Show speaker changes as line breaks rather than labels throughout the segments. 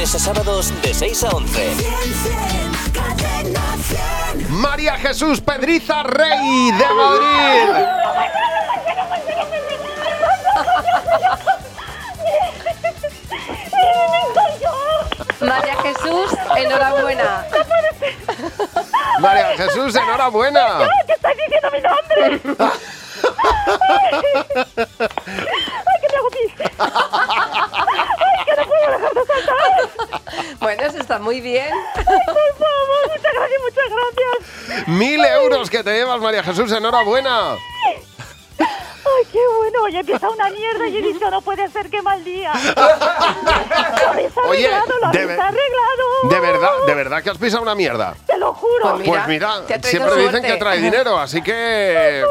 a sábados de 6 a 11.
María Jesús Pedriza Rey de Madrid.
María Jesús, enhorabuena.
María Jesús, enhorabuena.
¡Ay, que estáis diciendo mi nombre! ¡Ay, que me hago pis! ¡Ay, que no puedo dejar de saltar!
Bueno, eso está muy bien.
¡Ay, por favor! ¡Muchas gracias, muchas gracias!
Mil euros que te llevas, María Jesús, enhorabuena.
¡Ay, qué bueno! Oye, empieza una mierda y he dicho, no puede ser, qué mal día. Lo habéis arreglado,
Oye,
lo
de
habéis
ve-
arreglado.
De verdad, de verdad que has pisado una mierda.
Te lo juro.
Pues
Pues
Mira,
mira,
te ha traído
siempre dicen
suerte.
que trae dinero, así que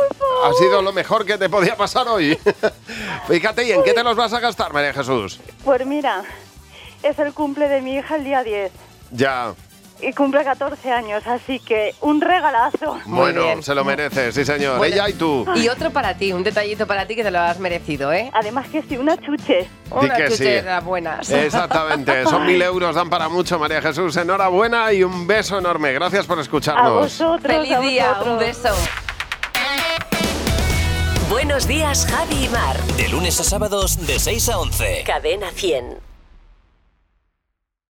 ha sido lo mejor que te podía pasar hoy. Fíjate, ¿y en qué te los vas a gastar, María Jesús?
Pues mira, es el cumple de mi hija el día 10.
Ya,
Y cumple 14 años, así que un regalazo.
Muy
bueno,
bien.
se lo mereces, sí señor,
Bueno.
ella y tú.
Y otro para ti, un detallito para ti que te lo has merecido, ¿eh?
Además que sí, una chuche.
Di que sí.
chuche de las buenas.
Exactamente, son mil euros, dan para mucho, María Jesús. Enhorabuena y un beso enorme. Gracias por escucharnos.
Feliz día, un beso.
Buenos días, Javi y Mar.
De lunes a sábados de 6 a 11.
Cadena 100.